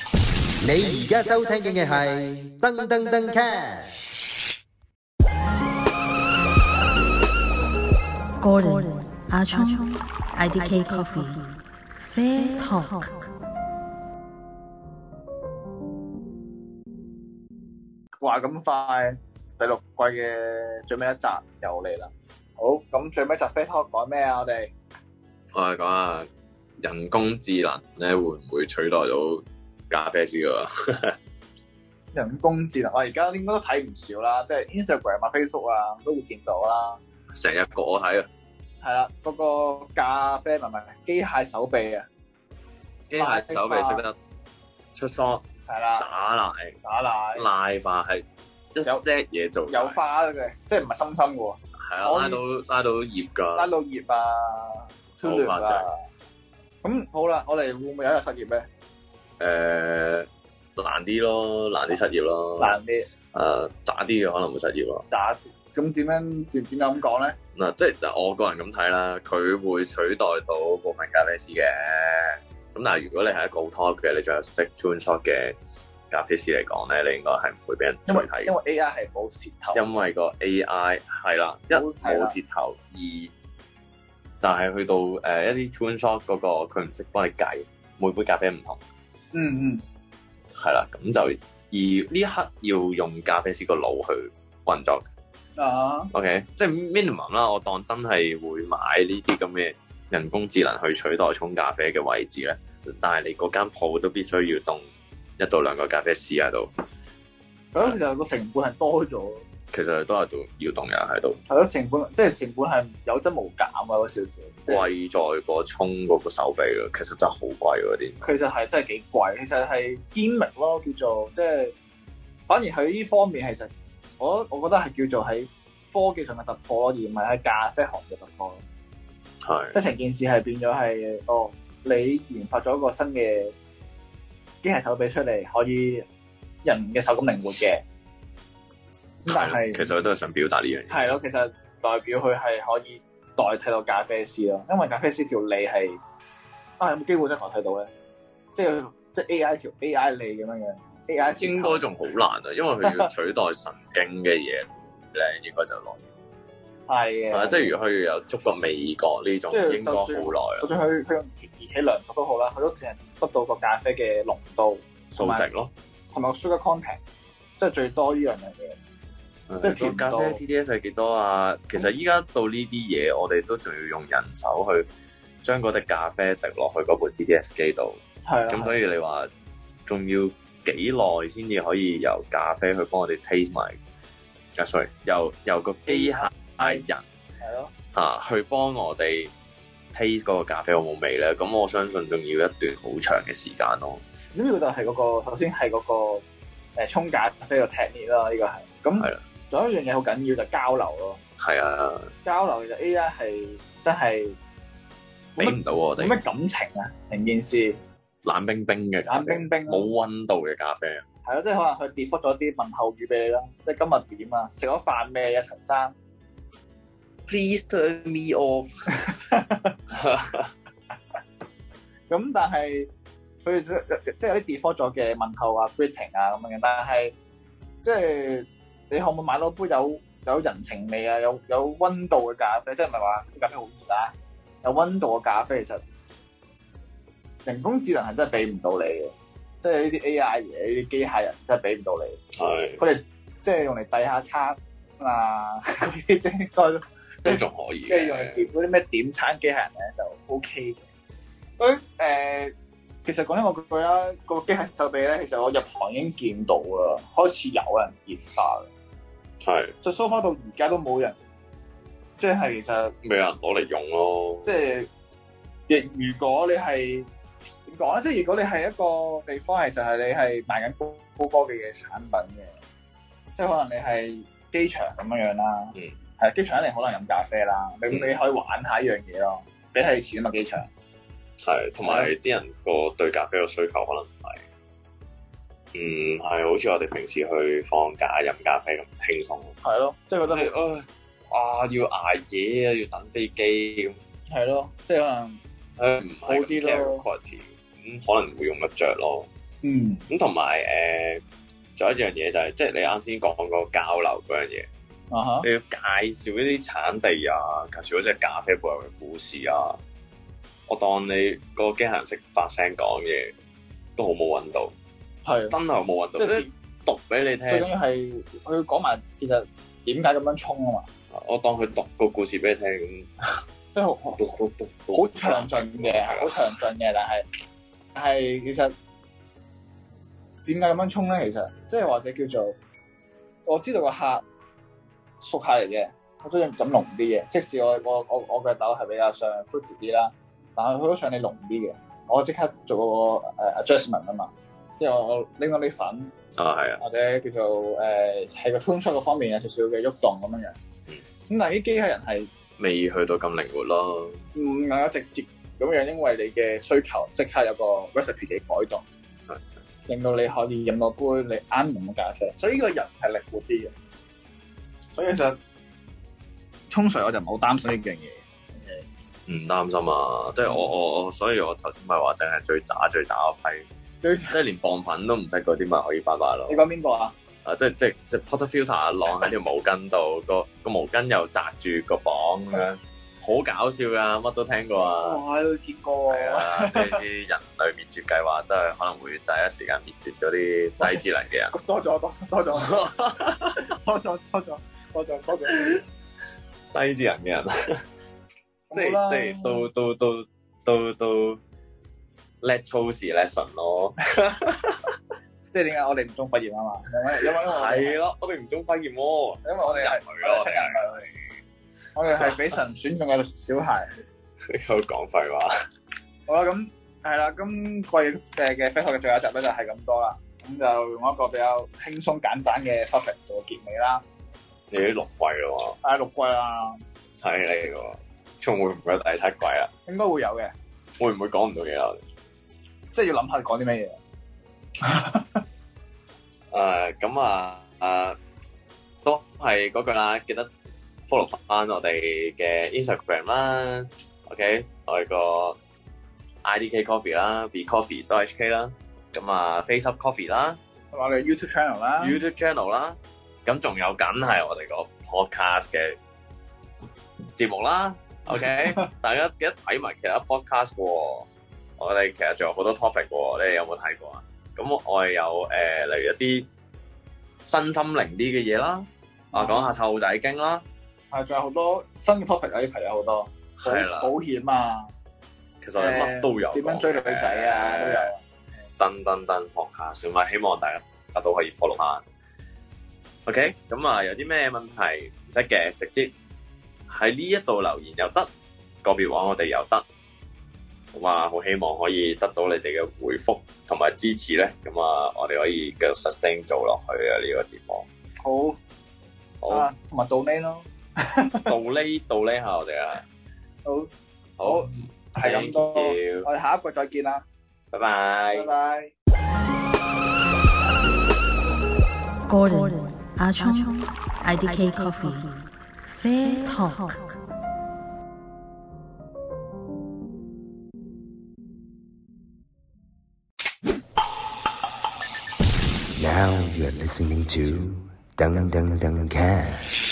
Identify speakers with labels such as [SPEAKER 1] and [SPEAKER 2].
[SPEAKER 1] 你而家收聽嘅係噔噔噔 cast。
[SPEAKER 2] Gordon, Ah Chong, IDK Coffee, Fair Talk.
[SPEAKER 3] 話咁快，第六季嘅最尾一集又嚟啦。好，咁最尾一集 Fair Talk 講咩啊？我哋
[SPEAKER 4] 我係講下人工智能咧會唔會取代到咖啡師啊？
[SPEAKER 3] 人工智能，我啊而家應該都睇唔少啦，即係 Instagram 啊、Facebook 啊都會見到啦。
[SPEAKER 4] 成日個我睇啊，
[SPEAKER 3] 係啦，嗰、個咖啡唔係唔係機械手臂啊，
[SPEAKER 4] 機械手臂識得出 shot
[SPEAKER 3] 係啦，
[SPEAKER 4] 打奶
[SPEAKER 3] 打奶
[SPEAKER 4] 拉化係一 set 嘢做晒，
[SPEAKER 3] 有花嘅，即係唔係深深嘅喎，
[SPEAKER 4] 係啊，拉到拉到葉
[SPEAKER 3] 拉
[SPEAKER 4] 㗎，
[SPEAKER 3] 到葉啊、粗略
[SPEAKER 4] 好誇
[SPEAKER 3] 啊
[SPEAKER 4] 張。
[SPEAKER 3] 咁好啦，我哋會唔會有一日失業咧？
[SPEAKER 4] 誒難啲咯，難啲失業咯，
[SPEAKER 3] 難啲，
[SPEAKER 4] 誒渣啲嘅可能會失業咯。
[SPEAKER 3] 渣啲。咁點樣點點解咁講咧？
[SPEAKER 4] 嗱，即係我個人咁睇啦，佢會取代到部分咖啡師嘅。咁但係如果你係一個好 top 嘅，你仲有識 tune shot 嘅咖啡師嚟講咧，你應該係唔會俾人取
[SPEAKER 3] 因為
[SPEAKER 4] 替
[SPEAKER 3] 因
[SPEAKER 4] 嘅，
[SPEAKER 3] 為 AI 係冇舌頭。
[SPEAKER 4] 因為個 AI 係啦，一
[SPEAKER 3] 好係啦
[SPEAKER 4] 冇舌頭，二就係去到誒、呃一啲 tune shot 嗰、個佢唔識幫你計，每杯咖啡唔同，
[SPEAKER 3] 嗯嗯。
[SPEAKER 4] 係啦，咁就而呢一刻要用咖啡師個腦去運作。
[SPEAKER 3] 啊
[SPEAKER 4] OK，即係 minimum 啦，我當真係會買呢啲咁嘅人工智能去取代沖咖啡嘅位置咧。但係你嗰間鋪都必須要凍一到兩個咖啡師喺度，
[SPEAKER 3] 係咯，其實個成本係多咗，
[SPEAKER 4] 其實都係度要凍人喺度，
[SPEAKER 3] 係咯，成本即係成本係有增無減啊，嗰少少。即係
[SPEAKER 4] 貴在個沖嗰個手臂咯，其實真係好貴嗰啲。
[SPEAKER 3] 其實係真係幾貴，其實係堅力咯，叫做即係反而喺呢方面其實我我覺得係叫做喺科技上嘅突破咯，而唔係喺咖啡行業突破咯。
[SPEAKER 4] 係
[SPEAKER 3] 即係成件事係變咗係哦，你研發咗一個新嘅機械手臂出嚟，可以人嘅手咁靈活嘅，咁但係
[SPEAKER 4] 其實我都係想表達呢樣嘢。
[SPEAKER 3] 係咯，其實代表佢係可以代替到咖啡師咯，因為咖啡師條脷係啊有冇機會真係代替到咧？即係即係 AI 條 AI 脷咁樣樣，AI 舌頭
[SPEAKER 4] 應該仲好難啊，因為佢要取代神經嘅嘢咧，應該就耐。
[SPEAKER 3] 係啊
[SPEAKER 4] 係啦，
[SPEAKER 3] 嘅，
[SPEAKER 4] 即係如果佢有觸覺味覺呢種
[SPEAKER 3] 即係，
[SPEAKER 4] 應該好耐啊
[SPEAKER 3] 就，算佢佢用儀器量度都好啦，佢都淨係得到個咖啡嘅濃度
[SPEAKER 4] 數值咯。
[SPEAKER 3] 同埋個 sugar content，即係最多呢樣嘢嘅。即係甜
[SPEAKER 4] 誒咖啡
[SPEAKER 3] 度
[SPEAKER 4] TDS 係幾多啊？其
[SPEAKER 3] 嗯
[SPEAKER 4] 實依家到呢啲嘢，我哋都仲要用人手去將嗰滴咖啡滴落去嗰部 TDS 機度。
[SPEAKER 3] 係啊，
[SPEAKER 4] 咁所以你話仲要幾耐先至可以由咖啡去幫我哋 taste 埋？啊，sorry，由由個機械人
[SPEAKER 3] 係咯，
[SPEAKER 4] 嚇、啊去幫我哋 taste 嗰個咖啡好冇味咧。咁我相信仲要一段好長嘅時間咯。
[SPEAKER 3] 咁呢個就係嗰、個首先係嗰、個誒沖咖啡個 technique 啦，呢、個係。
[SPEAKER 4] 係
[SPEAKER 3] 咁
[SPEAKER 4] 啦
[SPEAKER 3] 仲有一樣嘢好緊要就係交流咯。
[SPEAKER 4] 係啊，
[SPEAKER 3] 交流其實 A.I. 係真係冇
[SPEAKER 4] 俾唔
[SPEAKER 3] 乜
[SPEAKER 4] 到我
[SPEAKER 3] 冇
[SPEAKER 4] 哋
[SPEAKER 3] 乜感情啊！成件事
[SPEAKER 4] 冷冰冰嘅咖
[SPEAKER 3] 冷
[SPEAKER 4] 啡，
[SPEAKER 3] 冰冰
[SPEAKER 4] 冇
[SPEAKER 3] 咯，
[SPEAKER 4] 温度嘅咖啡。
[SPEAKER 3] 係咯，即係可能佢 default 咗啲問候語俾你啦，即係今日點啊？食咗飯未啊，陳生？
[SPEAKER 4] Please turn me off
[SPEAKER 3] 咁但係佢即即係有啲 default 咗嘅問候啊、greeting 啊咁樣嘅，但係即係你可唔可以買到杯有有人情味啊、有有温度嘅咖啡？即係唔係話啲咖啡好熱啊？有温度嘅咖啡其實人工智能係真係俾唔到你嘅，即係呢啲 AI 嘢、呢啲機械人真係俾唔到你。
[SPEAKER 4] 係
[SPEAKER 3] 佢哋即係用嚟遞下餐啊，嗰啲即係都
[SPEAKER 4] 都仲可以
[SPEAKER 3] 即係用嚟
[SPEAKER 4] 嘅，
[SPEAKER 3] 點嗰啲咩點餐機械人咧就 O K 嘅。咁誒、呃其實講真我句啦，個機械手臂咧，其實我入行已經見到啦，開始有人研發啦。
[SPEAKER 4] 係
[SPEAKER 3] 就 so far 到而家都冇人，即係其實
[SPEAKER 4] 未有人攞嚟用咯
[SPEAKER 3] 即。係亦如果你係點講咧，即係如果你係一個地方，其實係你係賣緊高高科技嘅產品嘅，即係可能你係機場咁樣樣啦，
[SPEAKER 4] 嗯，
[SPEAKER 3] 係機場一定可能飲咖啡啦，你、
[SPEAKER 4] 嗯
[SPEAKER 3] 你可以玩下一樣嘢咯，俾係錢啊嘛機場，
[SPEAKER 4] 係同埋
[SPEAKER 3] 啊
[SPEAKER 4] 啲人個對咖啡嘅需求可能唔係，唔係好似我哋平時去放假飲咖啡咁輕鬆咯。
[SPEAKER 3] 係咯，即係覺
[SPEAKER 4] 即
[SPEAKER 3] 得
[SPEAKER 4] 係唉啊，要捱夜啊，要等飛機咁，
[SPEAKER 3] 係咯，即係可能
[SPEAKER 4] 唉唔係
[SPEAKER 3] 好啲咯
[SPEAKER 4] 咁 care quality，咁可能會用得着咯。
[SPEAKER 3] 嗯，
[SPEAKER 4] 咁同埋誒，仲、有一樣嘢就係、即係你啱先講個交流嗰樣嘢，
[SPEAKER 3] 啊哈，
[SPEAKER 4] 你要介紹一啲產地啊，介紹嗰只咖啡背後嘅故事啊。我當你個機械人識發聲講嘢，都好冇揾到，
[SPEAKER 3] 係，
[SPEAKER 4] 真係好冇揾
[SPEAKER 3] 即
[SPEAKER 4] 到。即
[SPEAKER 3] 係
[SPEAKER 4] 係讀俾你聽，
[SPEAKER 3] 最緊要係佢講埋其實點解咁樣衝啊嘛，
[SPEAKER 4] 我當佢讀個故事俾你聽咁，
[SPEAKER 3] 即係好好
[SPEAKER 4] 讀讀讀讀
[SPEAKER 3] 好詳盡嘅，好詳盡嘅，但係但係其實點解咁樣衝咧？其實即係或者叫做我知道個客熟客嚟嘅，我中意飲濃啲嘅。即使我我我我嘅豆係比較上 fruity 啲啦，但係佢都想你濃啲嘅。我即刻做個誒 adjustment 啊嘛，即係我我拎到啲粉
[SPEAKER 4] 啊，係啊，
[SPEAKER 3] 或者叫做誒喺個 tune shot 嗰方面有少少嘅喐動咁樣樣。
[SPEAKER 4] 嗯
[SPEAKER 3] 咁但係啲機械人係。
[SPEAKER 4] 未去到咁靈活咯。
[SPEAKER 3] 唔能嗯夠直接咁樣，因為你嘅需求即刻有個 recipe 嘅改動
[SPEAKER 4] 係，
[SPEAKER 3] 令到你可以飲落杯你啱飲嘅咖啡。所以呢個人係靈活啲嘅。所以其實通常我就唔係好擔心呢樣嘢。
[SPEAKER 4] 唔擔心啊！即係我我我，所以我頭先咪話淨係最渣最渣嗰批，
[SPEAKER 3] 最
[SPEAKER 4] 即係連磅粉都唔識嗰啲咪可以拜拜咯
[SPEAKER 3] 你。講邊個啊？
[SPEAKER 4] 啊！即係即係即係 Potter Filter 晾喺條毛巾度，個個毛巾又扎住個磅咁樣，好搞笑噶，乜都聽過啊！
[SPEAKER 3] 哦我喺度見過
[SPEAKER 4] 係啊，即係啲人類滅絕計劃，真係可能會第一時間滅絕咗啲低智能嘅人。
[SPEAKER 3] 多咗多多咗 多咗多咗多咗多咗，
[SPEAKER 4] 低智能嘅人，即
[SPEAKER 3] 好啦
[SPEAKER 4] 係即係都都都都都叻粗事叻神咯，
[SPEAKER 3] 即係點解我哋唔中肺炎啊嘛？因為因為
[SPEAKER 4] 係咯，我哋唔中肺炎喎，
[SPEAKER 3] 因為我哋係
[SPEAKER 4] 新人
[SPEAKER 3] 我哋係親人嚟嘅我
[SPEAKER 4] 類
[SPEAKER 3] 哋係俾神選中嘅小孩。
[SPEAKER 4] 你喺度講廢話。
[SPEAKER 3] 好啦，咁係啦，今季嘅嘅飛學嘅最後一集咧就係咁多啦。咁就用一個比較輕鬆簡單嘅 topic 做結尾啦。
[SPEAKER 4] 你啲六季咯
[SPEAKER 3] 啊，六季啦，
[SPEAKER 4] 喎，犀利喎！仲會唔會有第七季啊？
[SPEAKER 3] 應該會有嘅，
[SPEAKER 4] 會唔會講唔到嘢啊？
[SPEAKER 3] 即係要諗下講啲咩嘢。
[SPEAKER 4] 誒咁啊誒，都係嗰句啦，記得 follow 翻我哋嘅 Instagram 啦，OK，我哋個 IDK Coffee 啦，Be Coffee 都 HK 啦，咁啊 Face Up Coffee 啦
[SPEAKER 3] 同埋我哋 YouTube channel 啦，
[SPEAKER 4] ，YouTube Channel 啦，咁仲有梗係我哋個 podcast 嘅節目啦，OK，大家記得睇埋其他 podcast 嘅喎，我哋其實仲有好多 topic 嘅喎，你哋有冇睇過啊？咁我哋有誒、呃例如一啲身心靈啲嘅嘢啦，啊講下湊仔經啦，
[SPEAKER 3] 係仲有好多新嘅 topic 啊！呢排有好多，保
[SPEAKER 4] 係啦
[SPEAKER 3] 保險啊，
[SPEAKER 4] 其實我哋乜都有
[SPEAKER 3] 誒點樣追女仔啊，都有。
[SPEAKER 4] 等等等 podcast，咁啊希望大家都可以 follow 翻。OK，咁啊有啲咩問題唔識嘅，直接喺呢一度留言又得，個別話我哋又得。咁啊，好希望可以得到你哋嘅回覆同埋支持咧。咁啊，我哋可以繼續 sustain 做落去啊呢個節目。
[SPEAKER 3] 好
[SPEAKER 4] 好，
[SPEAKER 3] 啊，同埋 donate 咯。
[SPEAKER 4] 到呢到呢下我哋啊，
[SPEAKER 3] 好，
[SPEAKER 4] 好，
[SPEAKER 3] 好係咁多
[SPEAKER 4] thank you，
[SPEAKER 3] 我哋下一季再見啦，
[SPEAKER 4] 拜拜
[SPEAKER 3] 拜。拜。
[SPEAKER 2] Gordon, Ah Chong, IDK Coffee, Fair Talk.
[SPEAKER 1] Now you're listening to Dung Dung Dung Cat.